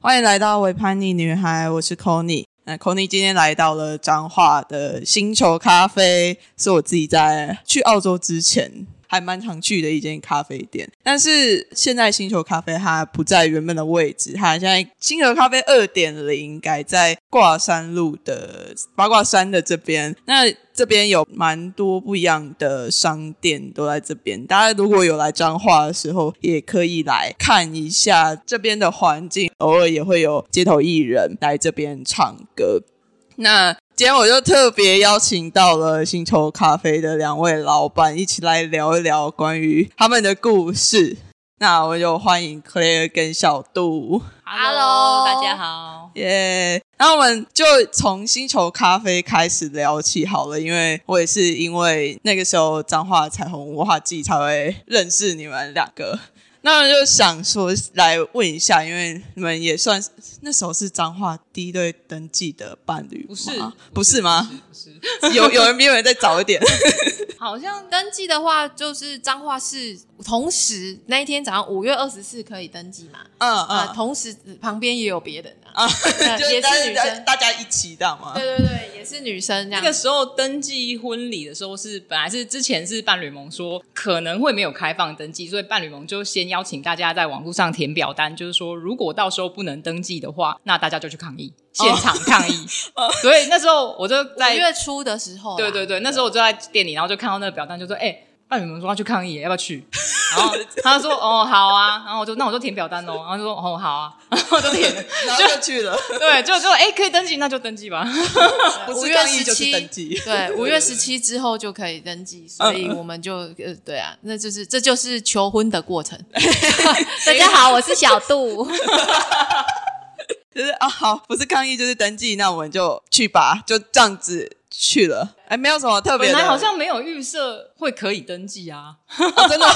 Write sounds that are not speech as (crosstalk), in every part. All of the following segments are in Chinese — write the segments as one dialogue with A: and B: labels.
A: 欢迎来到《为叛逆女孩》，我是 c o n y 那 c o n y 今天来到了彰化的星球咖啡，是我自己在去澳洲之前还蛮常去的一间咖啡店。但是现在星球咖啡它不在原本的位置，它现在星球咖啡二点零改在挂山路的八卦山的这边。那这边有蛮多不一样的商店都在这边，大家如果有来彰化的时候，也可以来看一下这边的环境，偶尔也会有街头艺人来这边唱歌。那今天我就特别邀请到了星球咖啡的两位老板，一起来聊一聊关于他们的故事。那我就欢迎 Claire 跟小杜。
B: Hello，大家好。
A: 耶！那我们就从星球咖啡开始聊起好了，因为我也是因为那个时候彰化彩虹文化季才会认识你们两个。 (laughs) 那我就想说来问一下，因为你们也算是那时候是彰化第一对登记的伴侣吗，
B: 不是
A: 不是吗？
B: 不是，
A: (laughs) 有有人比我们再早一点，
C: 好像登记的话，就是彰化市同时那一天早上五月二十四可以登记嘛，
A: 嗯
C: 啊、
A: 嗯
C: 同时旁边也有别人
A: 啊，
C: 啊，呃
A: 就是
C: 也
A: 大
C: 是女
A: 家
C: 生
A: 大家一起这样吗？
C: 对对对，也是女生这
B: 那
C: 样。
B: 个时候登记婚礼的时候是，本来是之前是伴侣盟说可能会没有开放登记，所以伴侣盟就先邀请大家在网络上填表单，就是说如果到时候不能登记的话，那大家就去抗议，现场抗议。所以那时候我就
C: 五
B: 在，
C: 月初的时候啦，啊
B: 对对对，那时候我就在店里，然后就看到那个表单，就说：“哎、伴侣盟说要去抗议，要不要去？”然后他说：“哦，好啊。”然后我就那我就填表单喽，然后就说：“哦，好啊。”然后我就填了，
A: (laughs) 然后就去了，
B: 对，就就哎、可以登记，那就登记吧。
C: 对，
A: 不
C: 五
A: 是
C: 月
A: 抗议
C: 十
A: 就是
C: 七，
A: 登记。
C: 对，五月十七之后就可以登记，
B: (laughs)
C: 所
B: 嗯
C: 以我们就呃，对啊，那就是这就是求婚的过
B: (laughs)
C: 程。大家好，我是小杜，
A: 就是啊，好，不是抗议就是登记，那我们就去吧，就这样子去了。哎，没有什么特别
B: 本
A: 的，
B: 来好像没有预设会可以登记啊，
A: 哦真的
B: (laughs)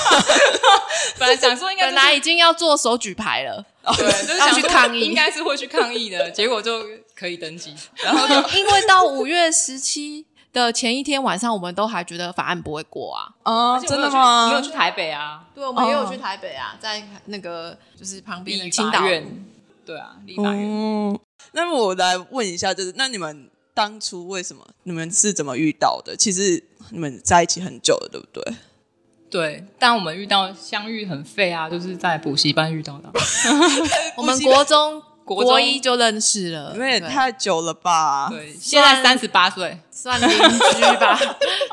B: 本来想说应该、
C: 本
B: 就是、哦
C: 来已经要做手举牌了，
B: 对，就是
C: 要
B: 想
C: 去
B: 说
C: 抗议
B: 应该是会去抗议的，结果就可以登记。
A: 然后就
C: (laughs) 因为到五月十七的前一天晚上，我们都还觉得法案不会过啊。
A: 哦，
B: 而且
A: 真
B: 我
A: 的
B: 没有去没
A: 吗
B: 有去？台北啊，
C: (laughs) 对，我们也有
A: 哦
C: 去台北啊，在那个就是旁边的
B: 立
C: 青
B: 法
C: 岛。
B: 院，对啊，立法院。
A: 哦，那么我来问一下，就是那你们当初为什么你们是怎么遇到的？其实你们在一起很久了，对不对？
B: 对，但我们遇到相遇很废啊，就是在补习班遇到
A: (laughs)
B: 的。
C: 我们国中
B: 国中
C: 国一就认识了，
A: 你们也
C: 对
A: 太久了吧？
B: 对，现在三十八岁，
C: 算邻居 (laughs) 吧，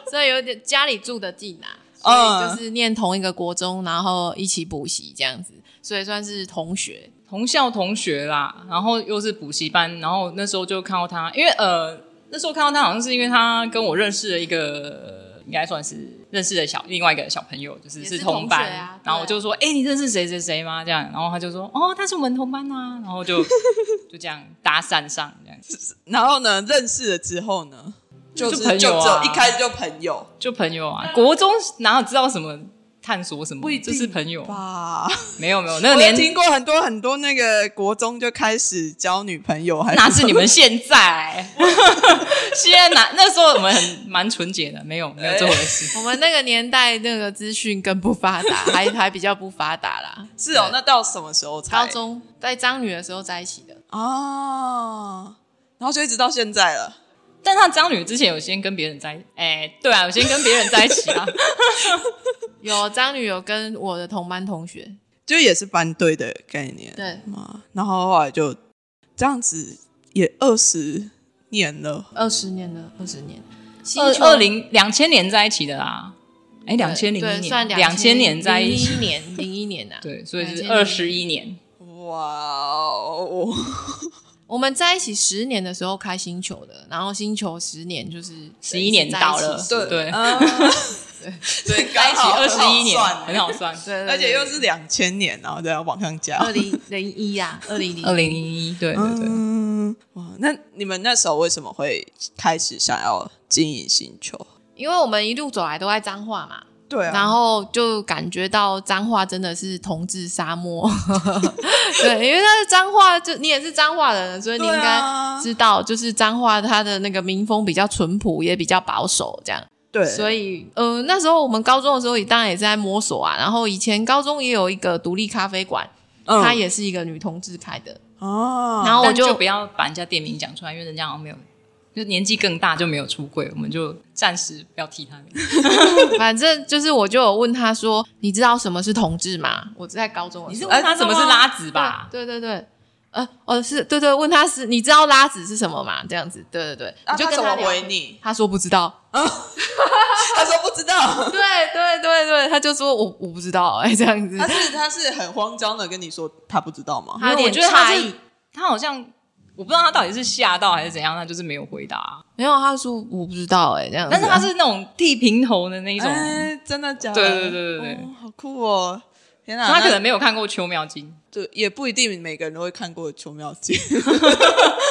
C: 所以有点家里住的近啊，所以
A: 嗯
C: 就是念同一个国中，然后一起补习这样子，所以算是同学。
B: 同校同学啦，然后又是补习班，然后那时候就看到他，因为呃那时候看到他好像是因为他跟我认识了一个，呃应该算是认识的小另外一个小朋友，就是
C: 也是
B: 同班，
C: 同学啊对
B: 然后我就说，哎、你认识谁谁谁吗？这样，然后他就说，哦，他是我们同班啊，然后就 (laughs) 就这样搭讪上这样，
A: 然后呢，认识了之后呢，
B: 就是朋
A: 就
B: 友啊
A: 只有一开始就朋友
B: 就朋
C: (laughs)
B: 友啊，国中哪有知道什么探索什么，就是朋友，
A: 吧？
B: 啊没有没有，那个
A: 我有
B: 年
A: 听过很多很多那个国中就开始交女朋友，还
B: (laughs) 那是你们现在， (laughs) 现在哪那时候我们很蛮纯洁的，没有没有这回事。
C: 我们那个年代那个资讯更不发达，还还比较不发达 (laughs) 啦。
A: 是哦，那到什么时候才？
C: 高中在张女的时候在一起的，
A: 哦，然后就一直到现在了。
B: 但他张女之前有先跟别人在，哎、对啊，有先跟别人在一起 (laughs) 啊。
C: 有张女有跟我的同班同学，
A: 就也是班队的概念，
C: 对
A: 嘛。然后后来就这样子，也二十年了，
C: 二十年了，二十年，
B: 二
C: 星球
B: 二零两千年在一起的啦，哎、两千零
C: 对
B: 一
C: 对算
B: 年，
C: 两
B: 千年在一
C: 零
B: 起，
C: 一年，零一年啊，
B: 对，所以是
C: 2001
B: 二十一年。
A: 哇哦！
C: 我们在一起十年的时候开星球的，然后星球十年就是
B: 十一年到了，
C: 对
B: 对，
A: (laughs) 啊对，
B: 在
A: 刚
B: 一起
A: 好
B: 二十一年，
A: 很好
B: 很
A: 算
B: 好算。
C: 对，
A: 而且又是两千年，然后再往上加，
C: 二零零一啊，二零零
B: 二零零一，对对对。
A: 嗯，哇，那你们那时候为什么会开始想要经营星球？
C: 因为我们一路走来都在彰化嘛，
A: 对啊
C: 然后就感觉到彰化真的是同志沙漠， (laughs) 对，因为那是彰化，就你也是彰化人，所以你应
A: 对
C: 该
A: 啊
C: 知道，就是彰化它的那个民风比较淳朴，也比较保守，这样。
A: 对，
C: 所以，呃，那时候我们高中的时候，也当然也是在摸索啊。然后以前高中也有一个独立咖啡馆，
A: 嗯
C: 它也是一个女同志开的，
A: 哦，
C: 然后我
B: 但就
C: 就
B: 不要把人家店名讲出来，因为人家好像没有，就年纪更大就没有出柜，我们就暂时不要提他名。
C: (laughs) 反正就是我就有问他说，你知道什么是同志吗？我在高中的
B: 你
C: 时
B: 是
C: 候，
B: 问他哎什么啊是拉子吧？
C: 对对对。呃，哦，是对对，问他是你知道拉子是什么吗？这样子，对对对，
A: 啊
C: 你就
A: 他
C: 跟
A: 怎么
C: 聊
A: 回 (laughs) 你？
C: 他说不知道， (laughs)
A: 他说不知道，
C: 对对对对，他就说我我不知道，哎，这样子，
A: (laughs)
B: 啊
A: 他是他是很慌张的跟你说他不知道吗？
C: 他有
B: 因为我
C: 点
B: 觉得他
C: 诧
B: 是
C: 异，
B: 他好像我不知道他到底是吓到还是怎样，他就是没有回答、
C: (laughs)
B: 啊
C: 没有，啊他说我不知道，哎，这
A: 嗯
C: 样子，
B: 但是他是那种剃平头的那一种，
A: 哎，真的假的？
B: 对对对对对
A: 哦，好酷哦！天哪，
B: 他可能
A: 那
B: 没有看过《秋妙经
A: 就也不一定每个人都会看过《秋妙记》，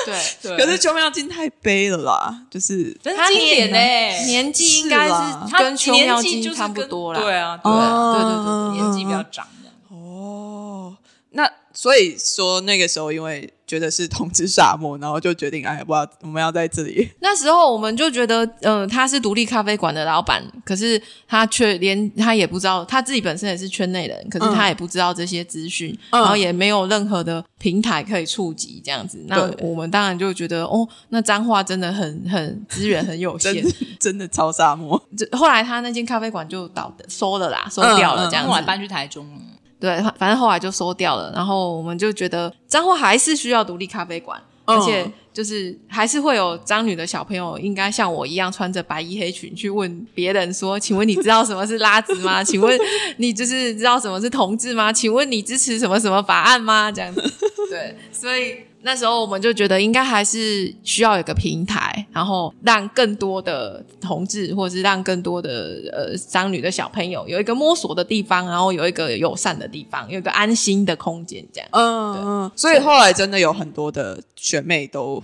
C: 对，》，
B: 对，
A: (laughs) 可是《秋妙记》太悲了啦，就是
B: 真
C: 他
B: 经典呢、
A: 欸
C: 年年纪应该
A: 是啦
C: 是
B: 啊他
C: 跟秋妙
B: 年纪就
C: 金
B: 是
C: 差不
B: 跟
C: 多啦，
B: 对啊，对啊，
A: 哦
C: 对
B: 年纪比较长的。
A: 哦，那所以说那个时候因为觉得是同志沙漠，然后就决定哎，我要我们要在这里。
C: 那时候我们就觉得，嗯、他是独立咖啡馆的老板，可是他却连他也不知道，他自己本身也是圈内人，可是他也不知道这些资讯，
A: 嗯
C: 然后也没有任何的平台可以触及这样子。那
A: 对
C: 我们当然就觉得，哦，那彰化真的很很资源很有限
A: 真。的真的超沙漠，
C: 就后来他那间咖啡馆就倒的收了啦，收掉
A: 嗯
C: 了这样
B: 后来
C: 子。
B: 搬去台中啊了，
C: 对，反正后来就收掉了。然后我们就觉得彰化还是需要独立咖啡馆，而
A: 嗯
B: 嗯
C: 且就是还是会有彰女的小朋友，应该像我一样穿着白衣黑裙去问别人说：“请问你知道什么是拉子吗？请问你就是知道什么是同志吗？请问你支持什么什么法案吗？”这样子，对，所以。那时候我们就觉得应该还是需要有个平台，然后让更多的同志，或者是让更多的呃商女的小朋友有一个摸索的地方，然后有一个友善的地方，有一个安心的空间，这样。
A: 嗯嗯，所以后来真的有很多的学妹都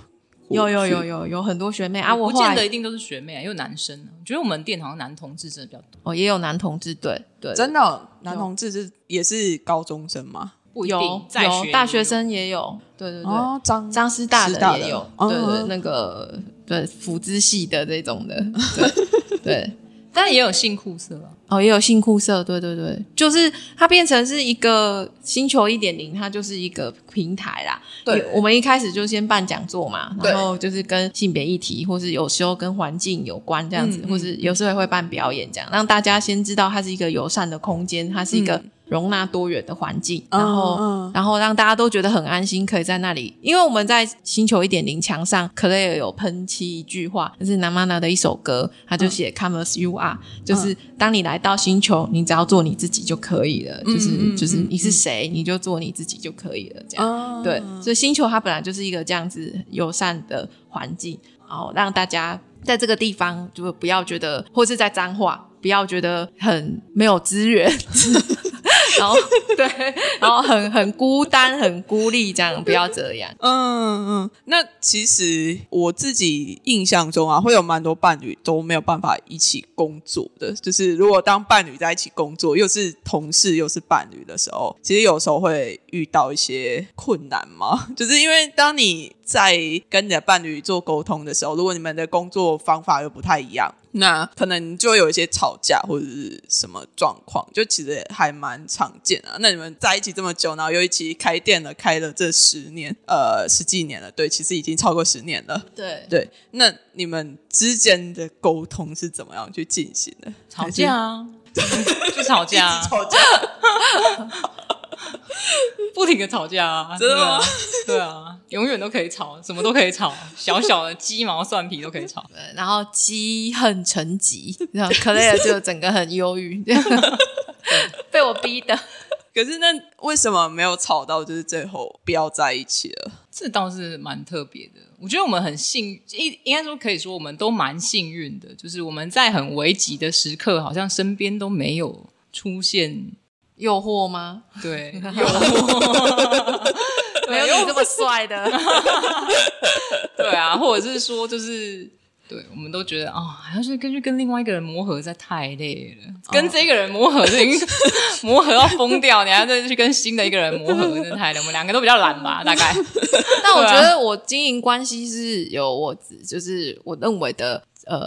C: 有有
A: 有，
C: 有有有很多学妹啊，我
B: 不
C: 后来
B: 见得一定都是学妹，啊，因为男生啊，我觉得我们店好像男同志真的比较多，
C: 哦，也有男同志队，对，
A: 真的哦男同志是也是高中生吗？
B: 不一定
C: 有
B: 在
C: 有
B: 学
C: 大
B: 也
C: 学
B: 有
C: 生也有，对对对，
A: 哦，张
C: 张师大
A: 师大
C: 的
A: 的
C: 也有，
A: 哦
C: 对对，那个对辅资系的这种的，对对，
B: 但也有性酷色啊，
C: 哦，也有性酷社，对对对，就是它变成是一个星球一点零，它就是一个平台啦。
A: 对
C: 有我们一开始就先办讲座嘛，
A: 对
C: 然后就是跟性别议题，或是有时候跟环境有关这样子，
A: 嗯嗯
C: 或是有时候也会办表演这样，让大家先知道它是一个友善的空间，它是一个
A: 嗯
C: 容纳多元的环境，
A: 嗯
C: 然后、
A: 嗯
C: 然后让大家都觉得很安心，可以在那里，因为我们在星球一点零墙上，克雷尔有喷漆一句话，就是南曼娜的一首歌，他
A: 嗯
C: 就写 “Come as you are”，就是当你来到星球，你只要做你自己就可以了，就是、
A: 嗯嗯
C: 就是
A: 嗯
C: 你是谁，你就做你自己就可以了，这样。
A: 啊
C: 对，所以星球它本来就是一个这样子友善的环境，然后让大家在这个地方就不要觉得，或是在脏话，不要觉得很没有资源， (laughs) 然后对，然后很很孤单、很孤立，这样不要这样。
A: 嗯嗯，那其实我自己印象中啊，会有蛮多伴侣都没有办法一起工作的。就是如果当伴侣在一起工作，又是同事又是伴侣的时候，其实有时候会遇到一些困难嘛。 (laughs) 就是因为当你在跟你的伴侣做沟通的时候，如果你们的工作方法又不太一样。那可能就会有一些吵架或者是什么状况，就其实还蛮常见啊。那你们在一起这么久，然后又一起开店了，开了这十年，呃，十几年了，对，其实已经超过十年了。
C: (laughs) 对，
A: 对，那你们之间的沟通是怎么样去进行的？
B: 吵
C: (laughs)
B: 架啊， (laughs) 就吵架
A: 还
B: 啊
A: 是一直，吵架，
B: 不停的吵架啊，
A: 真的吗
B: 对啊？对啊，永远都可以吵，什么都可以
A: (laughs)
B: 吵，小小的鸡毛蒜皮都可以吵。
A: 啊
C: 对然后积恨成疾，然后 Claire 就整个很忧郁， (laughs) 被我逼的。
A: 可是那为什么没有吵到，就是最后不要在一起了？
B: 这倒是蛮特别的。我觉得我们很幸，应应该说可以说我们都蛮幸运的，就是我们在很危急的时刻，好像身边都没有出现
C: 诱惑吗？
B: 对
A: (laughs)
C: 没有你这么帅的，
B: 对啊，或者是说就是。对，我们都觉得哦，好像是根据跟另外一个人磨合，实在太累了。哦跟这个人磨合，已经 (laughs) 磨合到疯掉，你还再去跟新的一个人磨合，真的太累。我们两个都比较懒吧，大概。
C: 但我
B: 对
C: 觉
B: 啊
C: 得我经营关系是有我自就是我认为的呃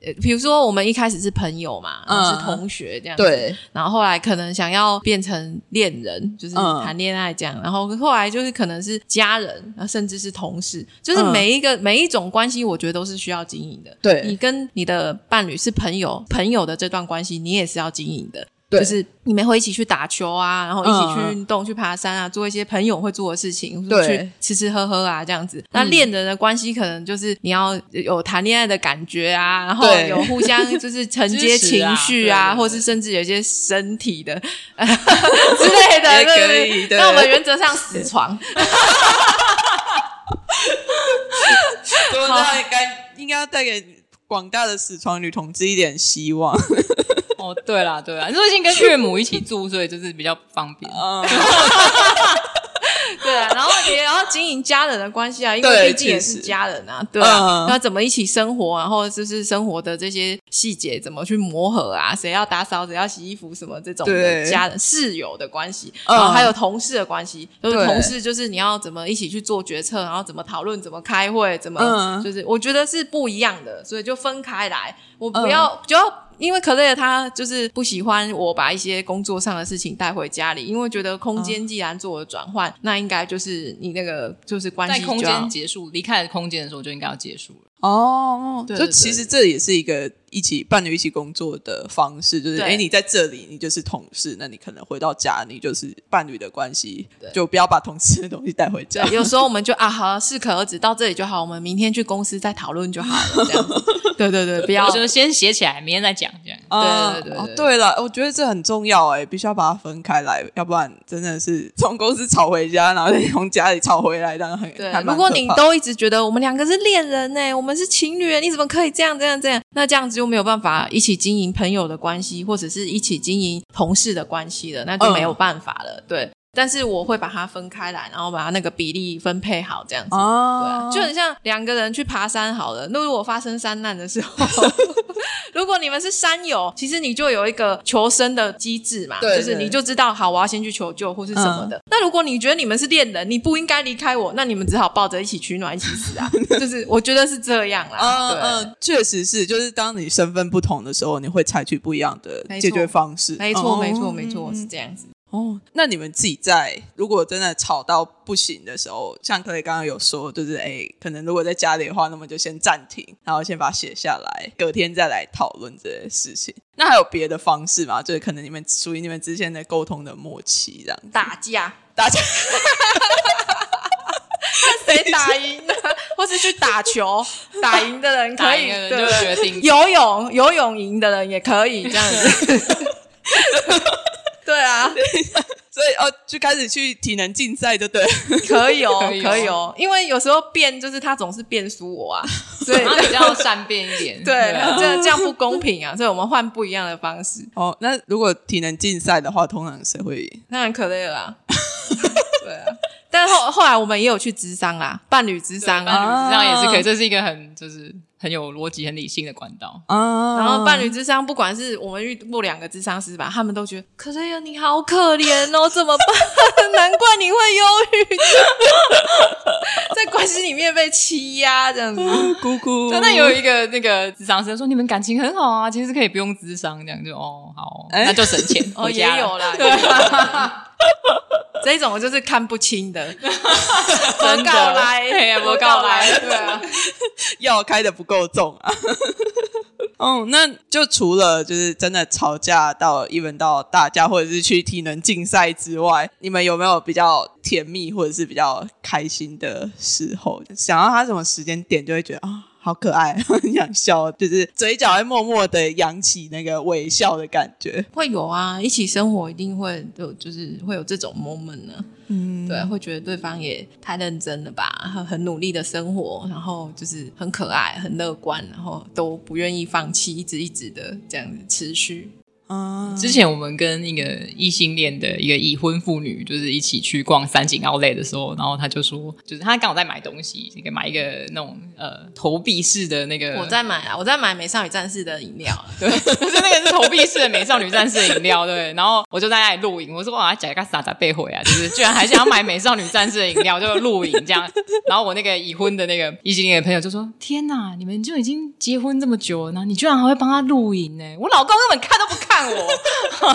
C: 呃比如说我们一开始是朋友嘛，然后
A: 嗯
C: 是同学这样子，
A: 对，
C: 然后后来可能想要变成恋人，就是
A: 嗯
C: 谈恋爱这样，然后后来就是可能是家人，然后甚至是同事，就是每一个、每一种关系，我觉得都是需要经营的。
A: 嗯对
C: 你跟你的伴侣是朋友，朋友的这段关系，你也是要经营的。
A: 对
C: 就是你们会一起去打球啊，然后一起
A: 嗯
C: 去运动、去爬山啊，做一些朋友会做的事情，或
A: 对
C: 者去吃吃喝喝啊，这样子。那
A: 嗯
C: 恋人的关系可能就是你要有谈恋爱的感觉啊，然后
A: 对
C: 有互相就是 (laughs) 承接
B: 支持
C: 情
B: 啊
C: 绪
B: 对对对
C: 或是甚至有一些身体的 (laughs) 之类的，
A: (laughs) 也
C: 对
A: 可以
C: 对
A: 对
C: 那我们原则上死床，
A: (laughs) 怎么样？应该应该要带给广大的死床女同志一点希 (laughs) 望。
B: (laughs) 哦，对啦，对啦，最近跟岳母一起住，所以就是比较方便。
A: 嗯，
C: 对啊，然后也要经营家人的关系啊，因为
A: 对
C: 毕竟也
A: 确
C: 是
A: 实
C: 家人啊，对啊
A: 嗯，
C: 要怎么一起生活，然后就是生活的这些细节怎么去磨合啊，谁要打扫，谁要洗衣服什么这种的
A: 对
C: 家人室友的关系，
A: 嗯
C: 然后还有同事的关系，就是
A: 对
C: 同事就是你要怎么一起去做决策，然后怎么讨论，怎么开会，怎么
A: 嗯
C: 就是我觉得是不一样的，所以就分开来，我不
A: 嗯
C: 要就要。因为可乐他就是不喜欢我把一些工作上的事情带回家里，因为觉得空间
B: 嗯
C: 既然做了转换，那应该就是你那个就是关
B: 在
C: 系
B: 空
C: 就要
B: 间结束，离开空间的时候就应该要结束了。
A: 哦，
C: 对
A: 就
C: 对
A: 其
C: 对
A: 实这也是一个一起伴侣一起工作的方式，就是
C: 对
A: 哎，诶你在这里你就是同事，那你可能回到家你就是伴侣的关系
C: 对，
A: 就不要把同事的东西带回家
C: 对，。有时候我们就啊好适可而止，到这里就好，我们明天去公司再讨论就好了，这样
B: (laughs)
C: 子。对对对，不要
B: 就是先写起来，明天再讲这样。
A: 啊
C: 对对对
A: 哦
C: 对
A: 对了，我觉得这很重要哎，必须要把它分开来，要不然真的是从公司吵回家，然后再从家里吵回来，这样很
C: 对
A: 还，蛮
C: 如果
A: 可
C: 你
A: 怕
C: 都一直觉得我们两个是恋人呢、我们是情侣、你怎么可以这样这样这样？那这样子就没有办法一起经营朋友的关系，或者是一起经营同事的关系了，那就
A: 嗯
C: 没有办法了。对，但是我会把它分开来，然后把它那个比例分配好，这样子。对啊
A: 啊，
C: 就很像两个人去爬山好了。那如果发生山难的时候， (laughs) 如果你们是山友，其实你就有一个求生的机制嘛，
A: 对
C: 就是
A: 对
C: 你就知道，好，我要先去求救或是什么的。那如果你觉得你们是恋人，你不应该离开我，那你们只好抱着一起取暖，一起死啊！就是我觉得是这样啦，对。
A: 嗯嗯，确实是，就是当你身份不同的时候，你会采取不一样的
C: 没
A: 解决
C: 错
A: 方式。
C: 没错，
A: 哦
C: 没错，没错，是这样子。
A: 哦，那你们自己在如果真的吵到不行的时候，像克雷刚刚有说，就是哎，可能如果在家里的话，那么就先暂停，然后先把它写下来，隔天再来讨论这些事情。那还有别的方式吗？就是可能你们属于你们之间的沟通的默契这样。
C: 打架，
A: 大家
C: 谁打赢呢？或是去打球，打赢的人可
B: 打
C: 以
B: 赢的人
C: 对
B: 就决定
C: 游泳，游泳赢的人也可以这样子。对啊，
A: 所以哦，就开始去体能竞赛，就对了。
B: (laughs)
C: 可以哦
B: 可以，哦
C: 可以哦，因为有时候变就是他总是变输我
B: (laughs)
C: 啊，所以
B: 然后比较善变一
C: (laughs)
B: 点。
C: 对
B: 啊，
C: 这这样不公平啊，所以我们换不一样的方式。
A: (laughs) 哦，那如果体能竞赛的话，通常谁会赢？
C: 当然可乐啦， (laughs) 对啊。但后后来我们也有去智商啦，伴侣智商
B: 伴
C: 啊，
B: 侣这样也是可以，
A: 啊
B: 这是一个很就是很有逻辑、很理性的管道。
A: 啊
C: 然后伴侣智商，不管是我们遇过两个智商师吧，他们都觉得可乐呀，你好可怜
B: (laughs)
C: 哦，怎么办？难怪你会忧郁 (laughs) 症，在关系里面被欺压这样子。
A: 姑姑，
B: 真的有一个呃那个智商师说，你们感情很好啊，其实可以不用智商，这样就哦好，
A: 哎
B: 那就省 (laughs) 钱。
C: (laughs) 哦，
B: 回
C: 也
B: 家了
C: 有啦，也有 (laughs) 啦这一种我就是看不清 (laughs) 的，
B: 真
C: 我
B: 的
C: 告来，
B: 嘿啊
C: 我告来，对啊，
A: 药开的不够重啊。 (laughs) 哦，那就除了就是真的吵架到 even 到打架，或者是去体能竞赛之外，你们有没有比较甜蜜或者是比较开心的时候？想到他什么时间点，就会觉得啊、好可爱， (laughs) 很想笑，就是嘴角会默默的扬起那个微笑的感觉。
C: (laughs) 会有啊，一起生活一定会有，就是会有这种 moment 呢、
A: 嗯，
C: 对，啊会觉得对方也太认真了吧，很很努力的生活，然后就是很可爱、很乐观，然后都不愿意放弃，一直一直的这样子持续。
A: 啊，
B: 之前我们跟一个异性恋的一个已婚妇女，就是一起去逛三井奥莱的时候，然后她就说，就是她刚好在买东西，那个买一个那种呃投币式的那个，
C: 我在买啊，我在买《美少女战士》的饮料，啊
B: 对， (laughs) 不是那个是投币式的美少女战士的饮料，对。然后我就在那里录影，我说哇，假个傻傻背回啊，就是居然还想要买美少女战士的饮料，就录影
A: (laughs)
B: 这样。然后我那个已婚的那个异性恋的朋友就说：天哪，你们就已经结婚这么久了，然后你居然还会帮他录影呢？我老公根本看都不看我。 (laughs)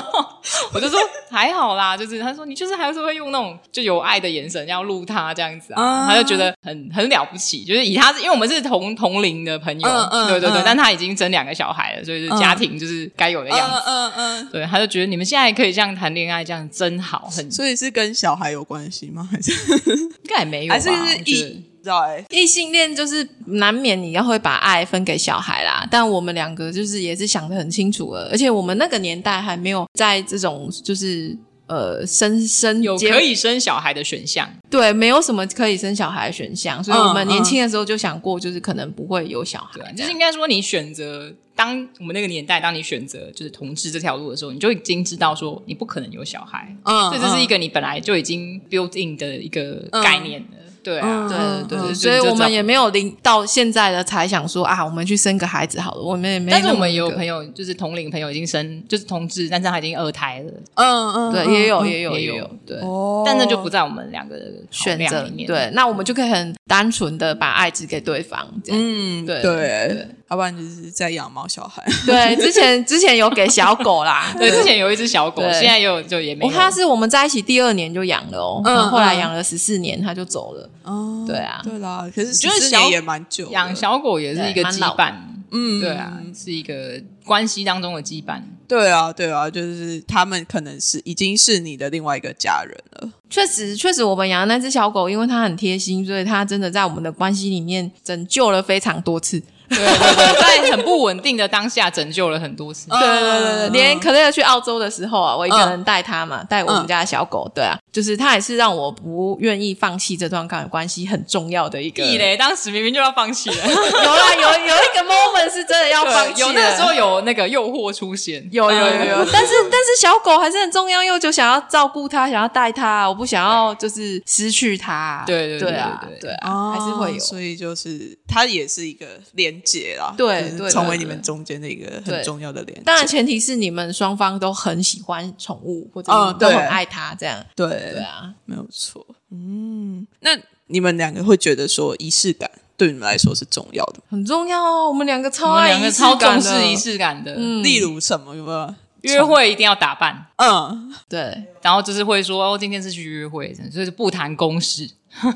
B: 我就说还好啦，就是他说你就是还是会用那种就有爱的眼神要录他这样子啊，
A: 啊
B: 他就觉得很很了不起，就是以他是因为我们是同同龄的朋友，
A: 嗯嗯
B: 对对对，
A: 嗯
B: 但他已经生两个小孩了，所以就是家庭就是该有的样子。
A: 嗯嗯
B: 对，他就觉得你们现在可以这样谈恋爱，这样真好，很
A: 嗯，所以是跟小孩有关系吗？还是
B: 应该也没有
A: (laughs)
B: 吧，
A: 还是是
B: 我觉得
A: 异？不知道哎，
C: 异性恋就是难免你要会把爱分给小孩啦，但我们两个就是也是想得很清楚了，而且我们那个年代还没有在这种就是呃生生
B: 有
C: 结
B: 可以生小孩的选项，
C: 对，没有什么可以生小孩的选项，所以
A: 嗯
C: 我们年轻的时候就想过，就是可能不会有小孩
B: 对啊，
C: 这
B: 就是
C: 样。
B: 应该说你选择。当我们那个年代，当你选择就是同志这条路的时候，你就已经知道说你不可能有小孩，
A: 嗯，
B: 所以这是一
A: 个
B: 个你本来就已经 built in 的一个概念了。对啊，
C: 对对对，
B: 嗯
C: 所以我们也没有零到现在的才想说啊，我们去生个孩子好了。我们也没那
B: 但
C: 么那个，
B: 是我们也有朋友，就是同龄朋友已经生，就是同志，但是他已经二胎了，
A: 嗯嗯，
C: 对，也有也
A: 有
C: 有
B: 也有
C: 也有对
A: 哦，
B: 但那就不在我们两个的考
C: 选
B: 量
C: 择
B: 里面。，
C: 对，，那我们就可以很单纯的把爱只给对方。这样
A: 嗯
C: 对
A: 对，要不然就是在养猫小孩， (laughs)
C: (laughs) 对，之前之前有给小狗啦
B: (laughs) 对，之前有一只小狗，
C: 对
B: 现在也有就也没
C: 我
B: 有。
C: 看是我们在一起第二年就养了哦，
A: 嗯
C: 然后后来
A: 嗯
C: 养了十四年，它就走了。
A: 哦
C: 对啊
A: 对啦，可是
B: 觉得
A: 14
B: 小
A: 年也蛮久的，
B: 养小狗也是一个
C: 对蛮
B: 羁
C: 老
B: 绊，
A: 嗯
B: 对啊，是一个关系当中的
C: (laughs)
B: 羁绊。
A: 对啊，对啊，就是他们可能是已经是你的另外一个家人了。
C: 确实，确实，我们养的那只小狗，因为它很贴心，所以它真的在我们的关系里面拯救了非常多次。
B: 对对对，在很不稳定的当下，拯救了很多次。
A: 嗯
C: 对对对对，
A: 嗯
C: 连可乐去澳洲的时候啊，我一个人带它
B: 嗯
C: 嘛，带我们家的小狗，对啊，就是它也是让我不愿意放弃这段关系很重要的一个。
B: 地雷当时明明就要放弃了，
C: 有啦，有有一个 moment 是真的要放
B: (laughs) 对
C: 弃的，
B: 有那个时候有那个诱惑出现，
C: 有有
B: 嗯
C: 有有，但是但是小狗还是很重要，因为我就想要照顾它，想要带它，我不想要就是失去它。
B: 对对对
C: 对啊
B: 对对，对
C: 对啊，还是会有。
A: 哦所以就是它也是一个连接啦，
C: 对
A: 就是
C: 对
A: 成
C: 对
A: 为你
C: 对
A: 们中间的一个
C: 对
A: 很重要的连接。
C: 当然，前提是你们双方都很喜欢宠物，或者
A: 嗯
B: 哦
C: 你都很
A: 对
C: 爱它，这样。
A: 对
C: 对啊，
A: 没有错。嗯，那你们两个会觉得说仪式感对你们来说是重要的吗，
C: 很重要哦。我们两个超
B: 我们
C: 爱
B: 两
C: 仪
B: 个
C: 式
B: 超
C: 感
B: 重
C: 的
B: 视仪，式感的，
C: 嗯
A: 例如什么有没有？
B: 约会一定要打扮，
A: 嗯，
C: 对，
B: 然后就是会说哦，今天是去约会，所以就不谈公事。
C: 从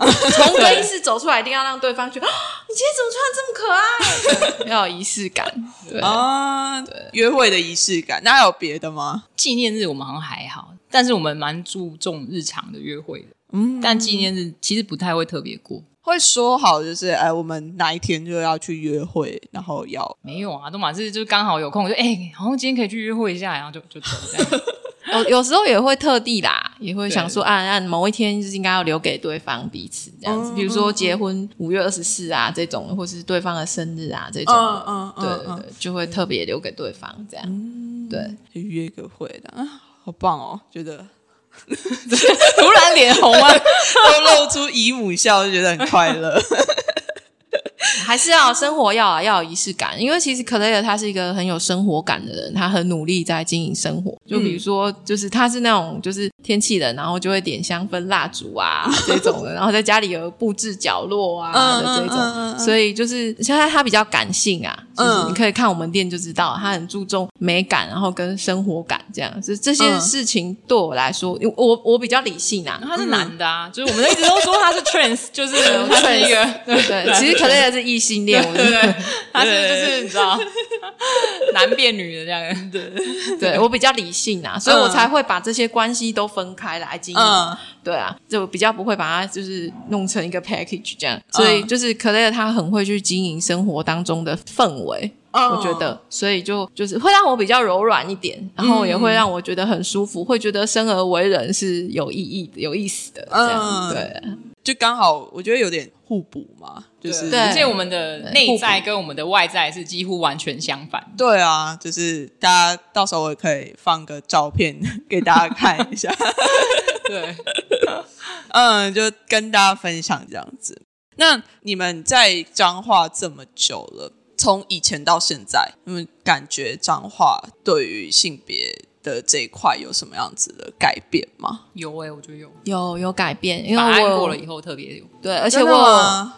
C: 更衣室走出来，一定要让对方觉得，啊你今天怎么穿得这
B: (laughs)
C: 么可爱？对要有仪式感，对，
A: 啊，约会的仪式感，那还有别的吗？
B: 纪念日我们好像还好，但是我们蛮注重日常的约会的。嗯，但纪念日其实不太会特别过，
A: 会说好就是哎，我们哪一天就要去约会，然后要
B: 没有啊，都嘛是就是刚好有空，我就哎、好像今天可以去约会一下，然后就就走这样。
C: (laughs) 有有时候也会特地啦，也会想
B: 对
C: 说，按按某一天就是应该要留给对方彼此这样子，
A: 嗯
C: 比如说结婚五月二十四啊这种，或是对方的生日啊这种，
A: 嗯
C: 对对对，就会特别留给对方这样，对。
A: 去约个会的啊，好棒哦！觉得 (laughs)
B: 突然脸红啊，
A: 都露出姨母笑，就觉得很快 (laughs) 乐。
C: 还是要生活要啊，要有仪式感，因为其实 Claire 他是一个很有生活感的人，他很努力在经营生活。就比如说，
A: 嗯
C: 就是他是那种就是天气冷，然后就会点香氛蜡烛啊这种的，然后在家里有布置角落啊
A: 嗯
C: 的这
A: 嗯嗯嗯
C: 种。
A: 嗯
C: 所以就是现在他比较感性啊，就是
A: 嗯
C: 你可以看我们店就知道，他很注重美感，然后跟生活感这样。就这些
A: 嗯
C: 事情对我来说，因为我我比较理性啊，
B: 他是男的啊，就是我们一直都说他是 trans，就是 (laughs) 他是一个对
C: 对，其实 Claire 是异性恋，我
B: 对
C: 是
B: 对，他是
A: 对
B: 就是你知道男变女的这样，对
C: 对我比较理性啊，所以我才会把这些关系都分开来经营。
A: 嗯
C: 对啊，就比较不会把它就是弄成一个 package 这样。所以就是 Claire 她很会去经营生活当中的氛围。
A: 嗯
C: 我觉得，所以就就是会让我比较柔软一点，然后也
B: 嗯
C: 会让我觉得很舒服，会觉得生而为人是有意义的、有意思的，这样、
A: 嗯
C: 对。
A: 就刚好我觉得有点互补嘛，就是
C: 对
B: 而且我们的内在跟我们的外在是几乎完全相反。
A: 对啊，就是大家到时候我也可以放个照片 (laughs) 给大家看一下，
B: 对，
A: 嗯，就跟大家分享这样子。那你们在彰化这么久了，从以前到现在，你们感觉彰化对于性别的这一块有什么样子的改变吗？
B: 有哎、我觉得有。
C: 有有改变，因为
B: 法案
C: 我
B: 过了以后特别有，
C: 对，而
A: 而
C: 且我有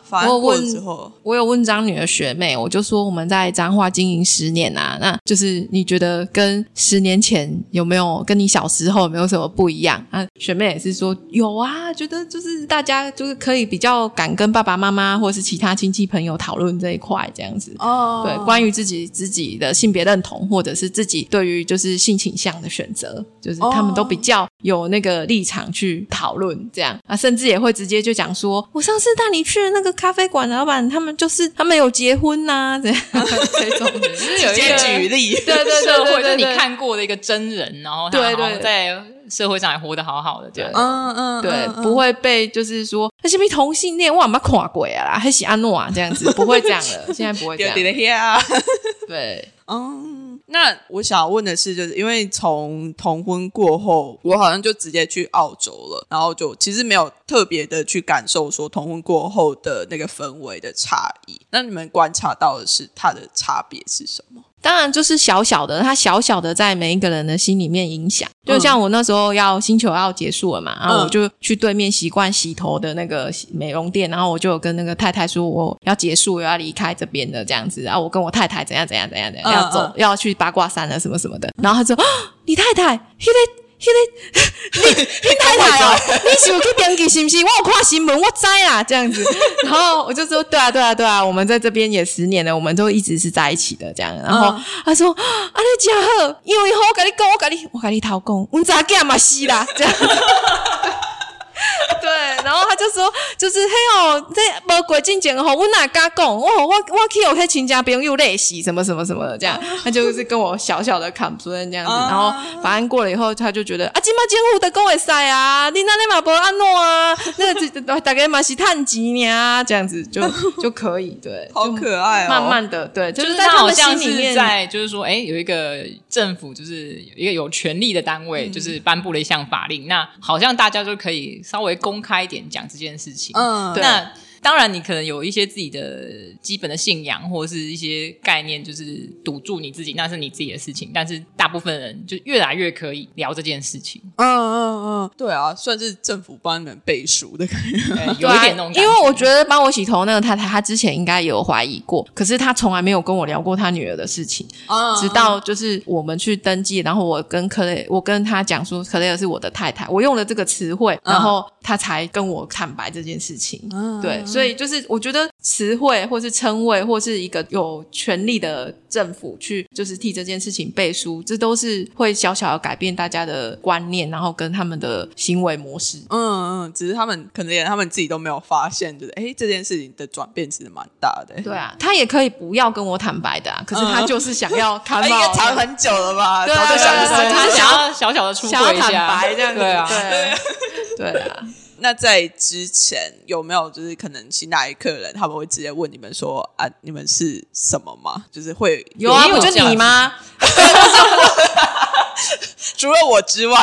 A: 法案
C: 我
A: 过了
C: 问
A: 之后，
C: 我有问张女的学妹，我就说我们在彰化经营十年啊，那就是你觉得跟十年前有没有跟你小时候有没有什么不一样？啊，学妹也是说有啊，觉得就是大家就是可以比较敢跟爸爸妈妈或是其他亲戚朋友讨论这一块这样子。
A: 哦
C: 对，关于自己自己的性别认同，或者是自己对于就是性倾向的选择，就是他们都比较有那个立场去讨论这样啊，甚至也会直接就讲说，我上次带你去的那个咖啡馆老板，他们就是他们有结婚呐、这样 (laughs) 这种的，
B: 只是有一
A: 直接
B: 个
A: 举例，
C: (laughs) 对对对
B: 社会，
C: 对对
B: 就是你
C: 对
B: 看过的一个真人，然后他
C: 对
B: 好像
C: 对
B: 在社会上也活得好好的，这样
C: 对
A: 嗯嗯，
C: 对
A: 嗯，
C: 不，会被就是说那些不是同性恋哇，我们垮鬼啊啦，还喜安诺啊这样子，不会这样了，现在不会这
A: 丢
C: (laughs) 样，
A: 丢的啊。
C: 对，
A: 嗯，那我想问的是，就是因为从同婚过后，我好像就直接去澳洲了，然后就其实没有特别的去感受说同婚过后的那个氛围的差异。那你们观察到的是它的差别是什么？
C: 当然，就是小小的，它小小的在每一个人的心里面影响。
A: 嗯
C: 就像我那时候要星球要结束了嘛，然后我就去对面习惯洗头的那个洗美容店，然后我就有跟那个太太说我要结束，我要离开这边的这样子。然啊后我跟我太太怎样怎样怎样怎样
A: 嗯
C: 要走
A: 嗯，
C: 要去八卦山了什么什么的。然后他说：“啊你太太，迄个。”迄个你你太太哦，你是有去登记是不是？我有看新闻，我知啦，这样子。然后我就说，对啊，对啊，对啊，我们在这边也十年了，我们都一直是在一起的这样。然后
A: 嗯
C: 他说：“啊，你真好，因为以后我跟你讲，我跟你，我跟你讨讲，阮查囝嘛死啦，这样。”对，然后他就说，就是嘿哦，这无过进前吼，我哪敢讲，我我我去有迄亲家朋友累死，什么什么什么的，这样，他就是跟我小小的 complain 这样子，
A: 啊
C: 然后法案过了以后，他就觉得啊，今嘛监护的讲会使啊，你那你嘛不安诺啊，那个大概嘛是探钱呀，这样子
B: (laughs)
C: 就就可以，对，
A: 好可爱哦，
C: 慢慢的，对，
B: 就是是
C: 在
B: 他
C: 他
B: 好
C: 们
B: 像
C: 心里面
B: 是在，就是说，哎，有一个政府，就是有一个有权力的单
C: 嗯
B: 位，就是颁布了一项法令，那好像大家就可以稍微公开一点讲这件事情。
A: 嗯，
C: 对
B: 那当然，你可能有一些自己的基本的信仰或者是一些概念，就是堵住你自己，那是你自己的事情。但是大部分人就越来越可以聊这件事情，
A: 嗯嗯嗯，对啊，算是政府帮你们背书的感觉。
C: (laughs) 对
B: 对有一点那种
C: 啊
B: 感
C: 因为我觉得帮我洗头那个太太，她之前应该也有怀疑过，可是她从来没有跟我聊过她女儿的事情，
A: 嗯
C: 直到就是我们去登记，然后我跟克雷，我跟她讲说克雷尔是我的太太，我用了这个词汇，
A: 嗯
C: 然后她才跟我坦白这件事情。
A: 嗯
C: 对，所以就是我觉得词汇或是称谓或是一个有权力的政府去就是替这件事情背书，这都是会小小的改变大家的观念，然后跟他们的行为模式。
A: 嗯嗯，只是他们可能连他们自己都没有发现，就是哎，这件事情的转变其实蛮大的。
C: 对啊，他也可以不要跟我坦白的、啊，可是他就是想
A: (laughs)
C: 要看
A: 他嗯哎应
C: 到、
A: 该藏很久了吧？
C: 对啊
A: 早就
C: 对
A: 想
C: 啊
A: 说
C: 对啊
A: 了
C: 就
B: 他
C: 是
B: 想要小小的出
C: 想要
B: 柜一
C: 坦
B: 下，
C: 白这样子，
B: 对啊，
C: 对对啊，
A: 那在之前有没有就是可能其哪一客人他们会直接问你们说啊，你们是什么吗？就是会
C: 有啊，
B: 也有
C: 不就
B: 这样
C: 你吗？
A: 除了我之外，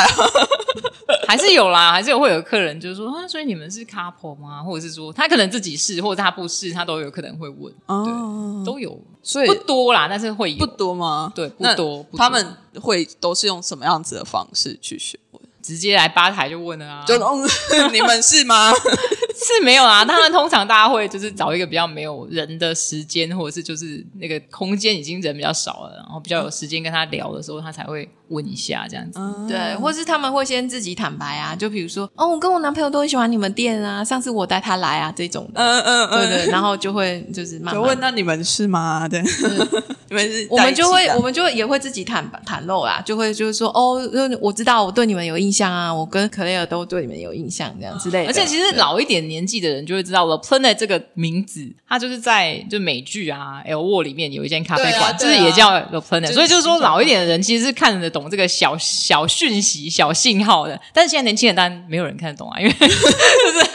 B: 还是有啦，还是有会有客人就是说啊，所以你们是 couple 吗？或者是说他可能自己是，或者他不是，他都有可能会问，
A: 哦
B: 都有
A: 所以
B: 不多啦，但是会有
A: 不多吗？
B: 对不
A: 那
B: 多不多
A: 他们会都是用什么样子的方式去询问？
B: 直接来吧台就问了啊，
A: 就、嗯 (laughs) 你们是吗？
B: (laughs) 是没有啦。当然，通常大家会就是找一个比较没有人的时间，或者是就是那个空间已经人比较少了，然后比较有时间跟他聊的时候，他才会问一下这样子。
C: 对，或是他们会先自己坦白啊，就比如说，嗯哦，我跟我男朋友都很喜欢你们店啊，上次我带他来啊，这种的，
A: 嗯嗯
C: 对
A: 嗯，
C: 对，然后就会就是慢
A: 就
C: 慢
A: 问。那你们是吗？ (laughs) 对，你们是
C: 我
A: 在
C: 们
A: 一起
C: 就会
A: 的，
C: 我们就也会自己坦白袒露啦，就会就是说，哦，因为我知道我对你们有印象啊，我跟克雷尔都对你们有印象，这样之类的。
B: 而且其实
C: 对
B: 老一点点年纪的人就会知道了 Planet 这个名字，它就是在就美剧啊 L w 里面有一间咖啡
A: 对啊
B: 馆，就
A: 对啊
B: 是也叫 The Planet，
A: 就是
B: 所以就是说
A: 新手
B: 老一点的人其实是看得懂这个小小讯息、小信号的，但是现在年轻人当然没有人看得懂啊，因为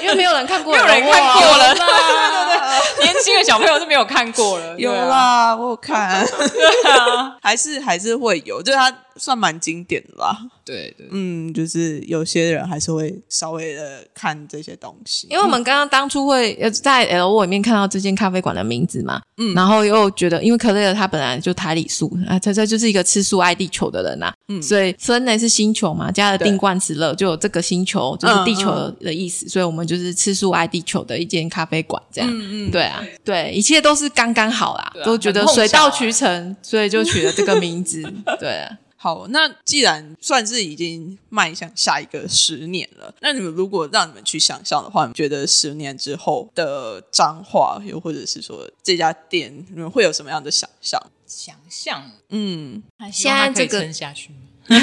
C: 因为没有人看过，啊
B: 没有人看过了，对对
A: 啦
B: 对，年轻的小朋友是没有看过了，
A: 有
B: 对啊
A: 啦，我有看，
B: 对啊，
A: (laughs) 还是还是会有，就是它算蛮经典的啦。
B: 对对，
A: 嗯，就是有些人还是会稍微的看这些东西，
C: 因为我们刚刚当初会呃在 L O 里面看到这间咖啡馆的名字嘛，嗯，然后又觉得，因为可乐他本来就台里素啊，他他就是一个吃素爱地球的人呐、嗯，所以分类是星球嘛，加了定冠词乐，就有这个星球就是地球的意思，所以我们就是吃素爱地球的一间咖啡馆这样，嗯嗯，对啊，对，一切都是刚刚好啦，
B: 对啊
C: 都觉得
B: 很碰
C: 水到
B: 巧啊
C: 渠成，所以就取了这个名字，对啊。
A: 好，那既然算是已经迈向下一个十年了，那你们如果让你们去想象的话，你们觉得十年之后的彰化，又或者是说这家店，你们会有什么样的想象？
B: 想象
A: 嗯，
B: 希望它
C: 现在这
B: 可以
C: 个
B: 撑下去吗。
C: (laughs) 现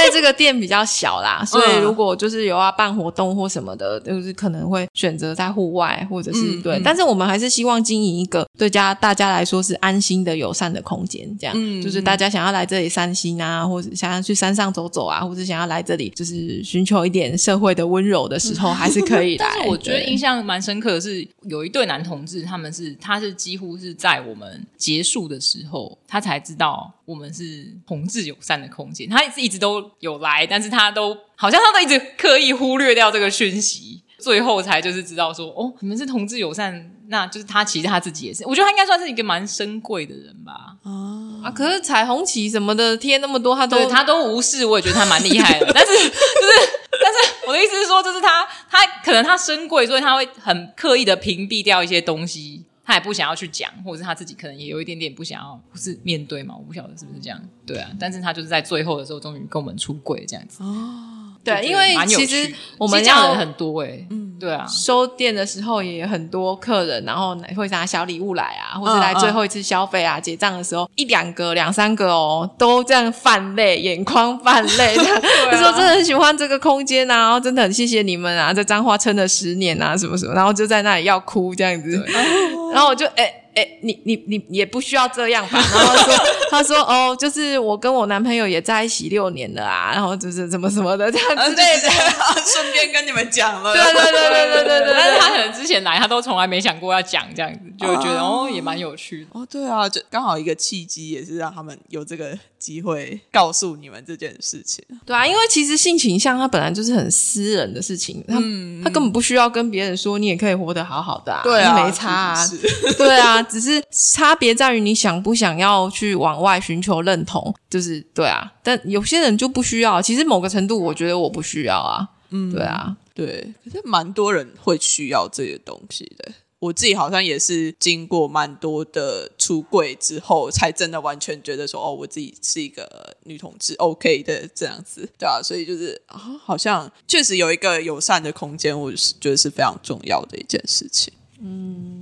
C: 在这个店比较小啦，所以如果就是有要办活动或什么的，就是可能会选择在户外或者是、
A: 嗯
C: 对
A: 嗯，
C: 但是我们还是希望经营一个对家大家来说是安心的、友善的空间，这样、
A: 嗯
C: 就是大家想要来这里散心啊，或者想要去山上走走啊，或者想要来这里就是寻求一点社会的温柔的时 (laughs) 候，还是可以来。
B: 但是我觉得
C: 对
B: 印象蛮深刻的是，有一对男同志，他们是他是几乎是在我们结束的时候，他才知道我们是同志友善的空间。他一直都有来，但是他都好像他都一直刻意忽略掉这个讯息，最后才就是知道说，哦，你们是同志友善，那就是他其实他自己也是，我觉得他应该算是一个蛮深贵的人吧。
A: (laughs)
C: 啊，可是彩虹旗什么的贴那么多，他都
B: 对他都无视，我也觉得他蛮厉害的。但是就是，但是我的意思是说，就是他他可能他身贵，所以他会很刻意的屏蔽掉一些东西，他也不想要去讲，或者是他自己可能也有一点点不想要，不是面对嘛？我不晓得是不是这样。对啊，但是他就是在最后的时候，终于跟我们出柜这样子。
C: 哦对，因为
B: 蛮有
C: 其
B: 趣
C: 实
B: 的
C: 我们
B: 其实这样的
C: 要
B: 人很多哎、嗯，对啊，
C: 收店的时候也有很多客人，然后会拿小礼物来啊，或者来最后一次消费啊，结账的时候一两个、两三个哦，都这样泛泪，眼眶泛泪， (laughs) 这样就说真的很喜欢这个空间啊，然后真的很谢谢你们啊，在彰化撑了十年啊，什么什么，然后就在那里要哭这样子， (laughs) 然后我就哎。哎、你你你你也不需要这样吧？然后说，他说哦，就是我跟我男朋友也在一起六年了啊，然后就是怎么什么的这样之
A: 之
C: 类
A: 类
C: 的
A: 的，，啊顺便跟你们讲了，
C: 对啊对对对对对对。
B: 但是他可能之前来，他都从来没想过要讲这样子，就觉得
A: 哦
B: 哦也蛮有趣的。
A: 哦，对啊，就刚好一个契机，也是让他们有这个机会告诉你们这件事情。
C: 对啊，因为其实性倾向它本来就是很私人的事情，它、
A: 嗯
C: 它根本不需要跟别人说，你也可以活得好好的啊，
A: 啊，
C: 没差啊
A: 是，是是
C: (laughs) 对啊，只是差别在于你想不想要去往外寻求认同，就是对啊，但有些人就不需要，其实某个程度我觉得我不需要啊，嗯，对啊，
A: 对，可是蛮多人会需要这些东西的。我自己好像也是经过蛮多的出柜之后，才真的完全觉得说，哦，我自己是一个女同志，OK 的这样子，对啊，所以就是啊、好像确实有一个友善的空间，我是觉得是非常重要的一件事情。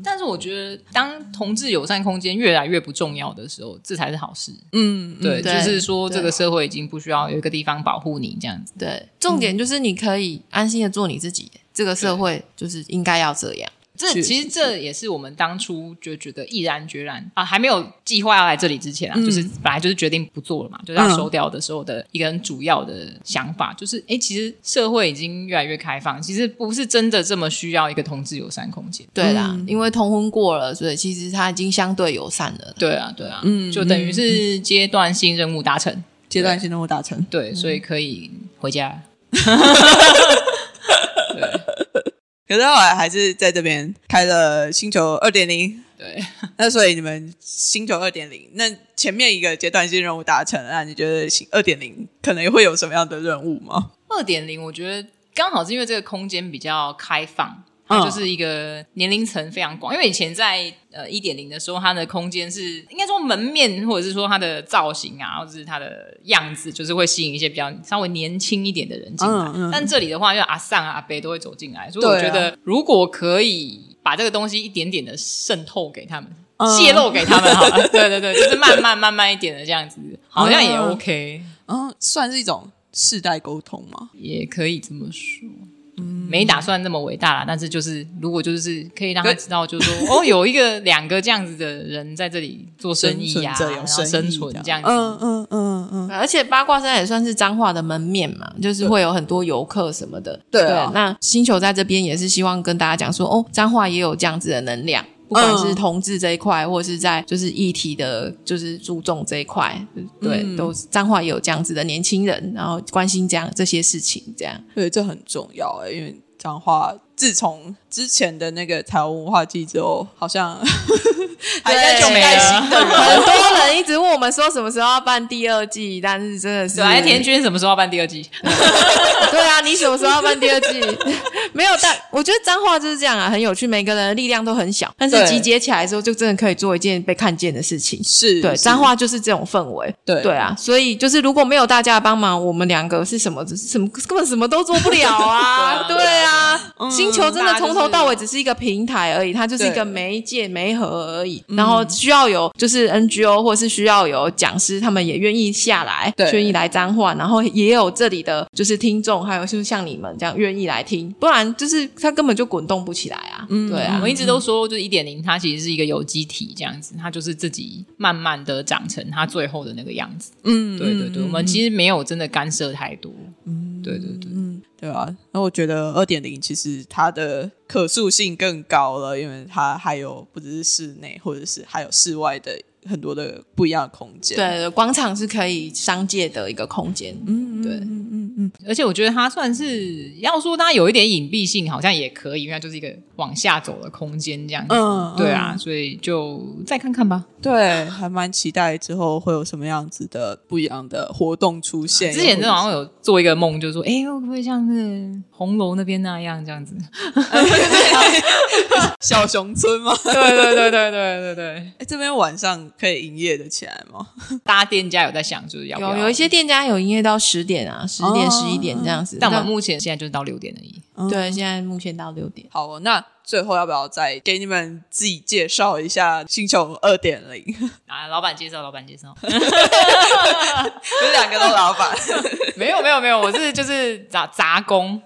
B: 但是我觉得，当同志友善空间越来越不重要的时候，这才是好事。
A: 嗯，
B: 对，
C: 嗯
B: 就
C: 对
B: 是说这
C: 对
B: 个社会已经不需要有一个地方保护你这样子。
C: 对，重点就是你可以安心的做你自己，这个社会就是应该要这样。
B: 这
A: 是
B: 其实这也是我们当初就觉得毅然决然啊，还没有计划要来这里之前啊，就是本来就是决定不做了嘛，就是要收掉的时候的一个很主要的想法，就是哎，其实社会已经越来越开放，其实不是真的这么需要一个同志友善空间。
C: 对啦，
A: 嗯
C: 因为同婚过了，所以其实它已经相对友善了。
B: 对啊，对啊，嗯，就等于是阶段性任务达成，
A: 阶段性任务达成。
B: 对，所以可以回家。
A: 可是后来还是在这边开了星球二点零。
B: 对，
A: 那所以你们星球二点零，那前面一个阶段性任务达成了，那你觉得星二点零可能会有什么样的任务吗？
B: 二点零，我觉得刚好是因为这个空间比较开放，
A: 嗯
B: 它就是一个年龄层非常广。因为以前在呃一点零的时候，它的空间是应该说门面或者是说它的造型啊，或者是它的样子，就是会吸引一些比较稍微年轻一点的人进来。
A: 嗯嗯
B: 但这里的话，就阿尚啊、阿北都会走进来，所以我
A: 对啊
B: 觉得如果可以把这个东西一点点的渗透给他们。
A: 嗯
B: 泄露给他们好了，对对对，就是慢慢慢慢一点的这样子，好像也
A: 嗯
B: OK，
A: 哦嗯，算是一种世代沟通吗？
B: 也可以这么说。
A: 嗯
B: 没打算那么伟大啦，但是就是如果就是可以让他知道，就是
A: (laughs)
B: 说哦，有一个两个这样子的人在这里做生意呀、
A: 生存者有
B: 然
A: 生
B: 后
A: 意
B: 生存这样子，
A: 嗯嗯嗯嗯，
C: 而且八卦山也算是彰化的门面嘛，就是会有很多游客什么的。
A: 对啊
C: 那星球在这边也是希望跟大家讲说，哦，彰化也有这样子的能量，不管
A: 嗯
C: 是同志这一块，或是在就是议题的，就是注重这一块，对，
A: 嗯
C: 都是彰化也有这样子的年轻人，然后关心这样这些事情，这样。
A: 对，这很重要、欸，因为彰化自从之前的那个财务文化季之后，好像还在
C: 对
A: 等待新的人。
C: 很多人一直问我们说什么时候要办第二季，但是真的是
B: 对啊，哎田君什么时候要办第二季？
C: (laughs) 对啊，你什么时候要办第二季？没有，但我觉得脏话就是这样啊，很有趣，每个人的力量都很小，但是
A: 对
C: 集结起来之后，就真的可以做一件被看见的事情。
A: 是
C: 对，
A: 是
C: 脏话就是这种氛围。
A: 对
C: 对啊，所以就是如果没有大家的帮忙，我们两个是什么什么根本什么都做不了
A: (laughs)
C: 啊！
B: 对
C: 对
B: 啊
C: 啊，星球真的从头到尾
B: 大家就是
C: 只是一个平台而已，它就是一
A: 嗯对嗯
C: 个媒介媒合而已。然后需要有就是 NGO 或是需要有讲师，他们也愿意下来，
A: 对
C: 愿意来彰化，然后也有这里的就是听众，还有就是像你们这样愿意来听，不然就是它根本就滚动不起来啊！
A: 嗯
C: 对
B: 我
C: 啊
B: 们。一直都说，就是一点零，它其实是一个有机体这样子，它就是自己慢慢的长成它最后的那个样子。
A: 嗯，
B: 对对对，
A: 嗯
B: 我们其实没有真的干涉太多。嗯，对对对。
A: 嗯，对啊，那我觉得二点零其实它的可塑性更高了，因为它还有不只是室内，或者是还有室外的很多的不一样的空间。，
C: 对，广场是可以商界的一个空间，嗯，对，
B: 而且我觉得它算是要说它有一点隐蔽性，好像也可以，因为它就是一个往下走的空间这样子。
A: 嗯
B: 对啊，所以就再看看吧。
A: 对，还蛮期待之后会有什么样子的不一样的活动出现。
B: 之前
A: 又
B: 就
A: 或者
B: 好像有做一个梦，就是说，哎、会不会像是红楼那边那样这样子？ (laughs)
A: 是 (laughs) 小熊村吗？
B: 对对对对对对对，
A: 哎，这边晚上可以营业的起来吗？
B: 大家店家有在想，就是要不要
C: 有有一些店家有营业到十点啊，十点
A: 哦
C: 十一点这样子。
B: 但我们目前现在就是到六点而已。
C: 那对现在目前到六点。
A: 好哦，那最后要不要再给你们自己介绍一下星球二点 (laughs) 零？
B: 啊，老板介绍，老板介 (laughs) 绍，
A: 有两个都老板，
B: 没有没有没有，我是就是杂杂工，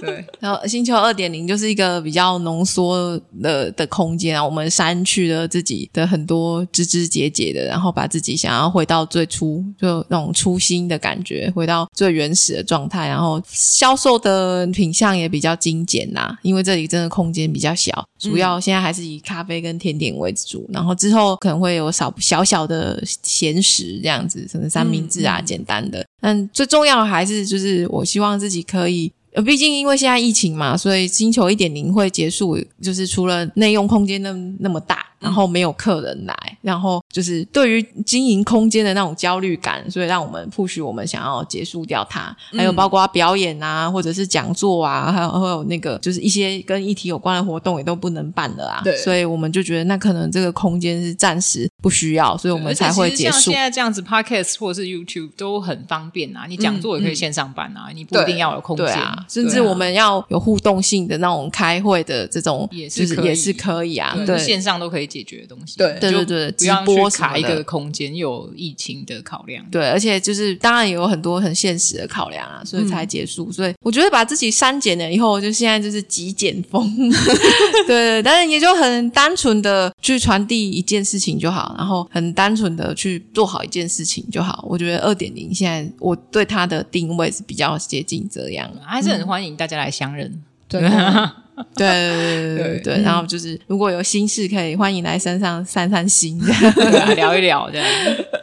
B: 对，
C: 然后星球二点零就是一个比较浓缩的的空间啊，我们删去了自己的很多枝枝节节的，然后把自己想要回到最初，就那种初心的感觉，回到最原始的状态。然后销售的品相也比较精简呐、因为这里真的空间比较小，主要现在还是以咖啡跟甜点为主。然后之后可能会有少小小的闲食这样子，可能三明治
B: 嗯
C: 啊，简单的。但最重要的还是就是我希望自己可以呃，毕竟因为现在疫情嘛，所以星球一点零会结束，就是除了内用空间那那么大，然后
B: 嗯
C: 没有客人来，然后就是对于经营空间的那种焦虑感，所以让我们 push 我们想要结束掉它。还
B: 嗯
C: 有包括表演啊，或者是讲座啊，还有还有那个就是一些跟议题有关的活动也都不能办了啊。
A: 对
C: 所以我们就觉得那可能这个空间是暂时不需要，所以我们才会结
B: 而且其实
C: 束
B: 像现。在这样子，podcast 或者是 YouTube 都很方便啊，你讲座也可以线上办啊，你不一定要有空
C: 嗯
B: 间
C: 对啊，甚至
B: 对啊
C: 我们要有互动性的那种开会的这种，
B: 也
C: 就
B: 是
C: 是
B: 可以
C: 也是可以啊。
B: 对线上都可以解决的东西，
A: 对
C: 对
B: 就
C: 对对
B: 不要
C: 直播
B: 去
C: 什么
B: 卡一
C: 的
B: 个空间，又有疫情的考量，
C: 对，而且就是当然也有很多很现实的考量啊，所以才
B: 嗯
C: 结束。所以我觉得把自己删减了以后，就现在就是极简风， (laughs) 对，但是也就很单纯的去传递一件事情就好，然后很单纯的去做好一件事情就好。我觉得二点零现在我对它的定位是比较接近这样啊。
B: 还是很欢迎大家来相
C: (laughs)
B: 认。
A: 对
C: 对对对对对，然后就是如果有心事，可以欢迎来山上散散心。
B: 对啊，聊一聊这样。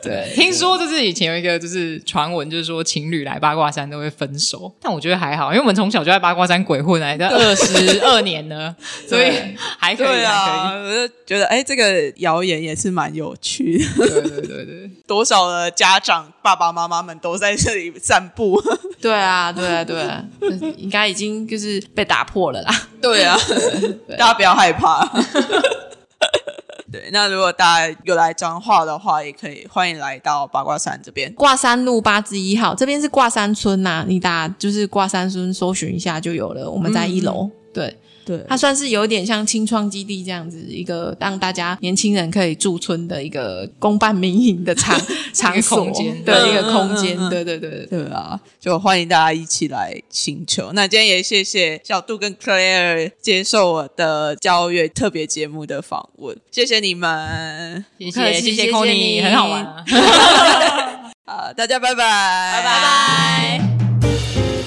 C: 对，
B: 听说就是以前有一个就是传闻，就是说情侣来八卦山都会分手，但我觉得还好，因为我们从小就在八卦山鬼混啊来的二十二年呢，所以
A: 对
B: 还可以，
A: 对啊，
B: 还可以。
A: 我就觉得哎，这个谣言也是蛮有趣的。
B: 对对对对，
A: 多少的家长爸爸妈妈们都在这里散步。
C: (laughs) 对啊，对啊，对啊，应该已经就是被打破了啦。
A: 对 (laughs) 啊，大家不要害怕。 (laughs) 对，那如果大家有来彰化的话，也可以欢迎来到八卦山这边。
C: 挂山路八至一号，这边是啊嗯挂山村呐、你打就是挂山村搜寻一下就有了，我们在一楼。对，
A: 对，
C: 它算是有点像青创基地这样子一个让大家年轻人可以驻村的一个公办民营的场场所
B: 空间
C: 对 (laughs)
A: 嗯
C: 一个
A: 嗯
C: 空
A: 嗯
C: 间
A: 嗯，
C: 对对对对对。
A: 对啊，就欢迎大家一起来请求。那今天也谢谢小杜跟 Claire 接受我的交友特别节目的访问，谢谢你们。
B: 谢
C: 不客
B: 谢
C: 气
B: 谢
C: 谢谢
B: c o n y
C: 你
B: 很好玩、啊。
A: 好，大家拜拜，拜
B: 拜拜。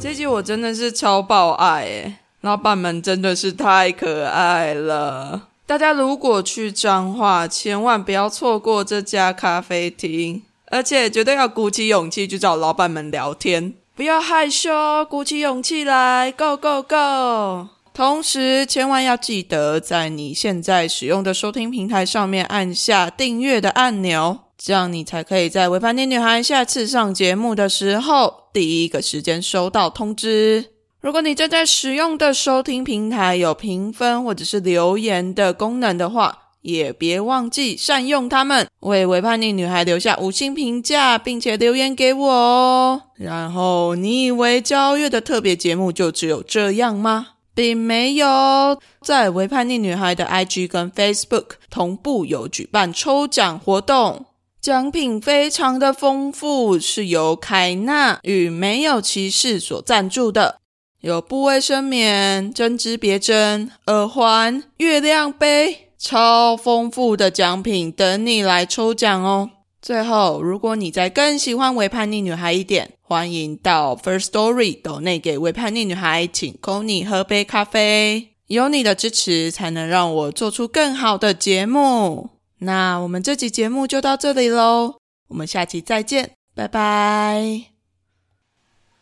A: 这集我真的是超爆爱诶，老板们真的是太可爱了。大家如果去彰化，千万不要错过这家咖啡厅，而且绝对要鼓起勇气去找老板们聊天，不要害羞，鼓起勇气来，Go Go Go！同时，千万要记得在你现在使用的收听平台上面按下订阅的按钮，这样你才可以在《维盘天女孩》下次上节目的时候，第一个时间收到通知。如果你正在使用的收听平台有评分或者是留言的功能的话，也别忘记善用它们，为维叛逆女孩留下五星评价，并且留言给我哦。然后，你以为交月的特别节目就只有这样吗？并没有，在维叛逆女孩的 IG 跟 Facebook 同步有举办抽奖活动。奖品非常的丰富，是由凯纳与没有骑士所赞助的，有布卫生棉、针织别针、耳环、月亮杯，超丰富的奖品等你来抽奖哦。最后，如果你再更喜欢《为叛逆女孩》一点，欢迎到 First Story 抖内给《为叛逆女孩》，请 Kony 喝杯咖啡。有你的支持，才能让我做出更好的节目。那我们这期节目就到这里喽，我们下期再见，拜拜。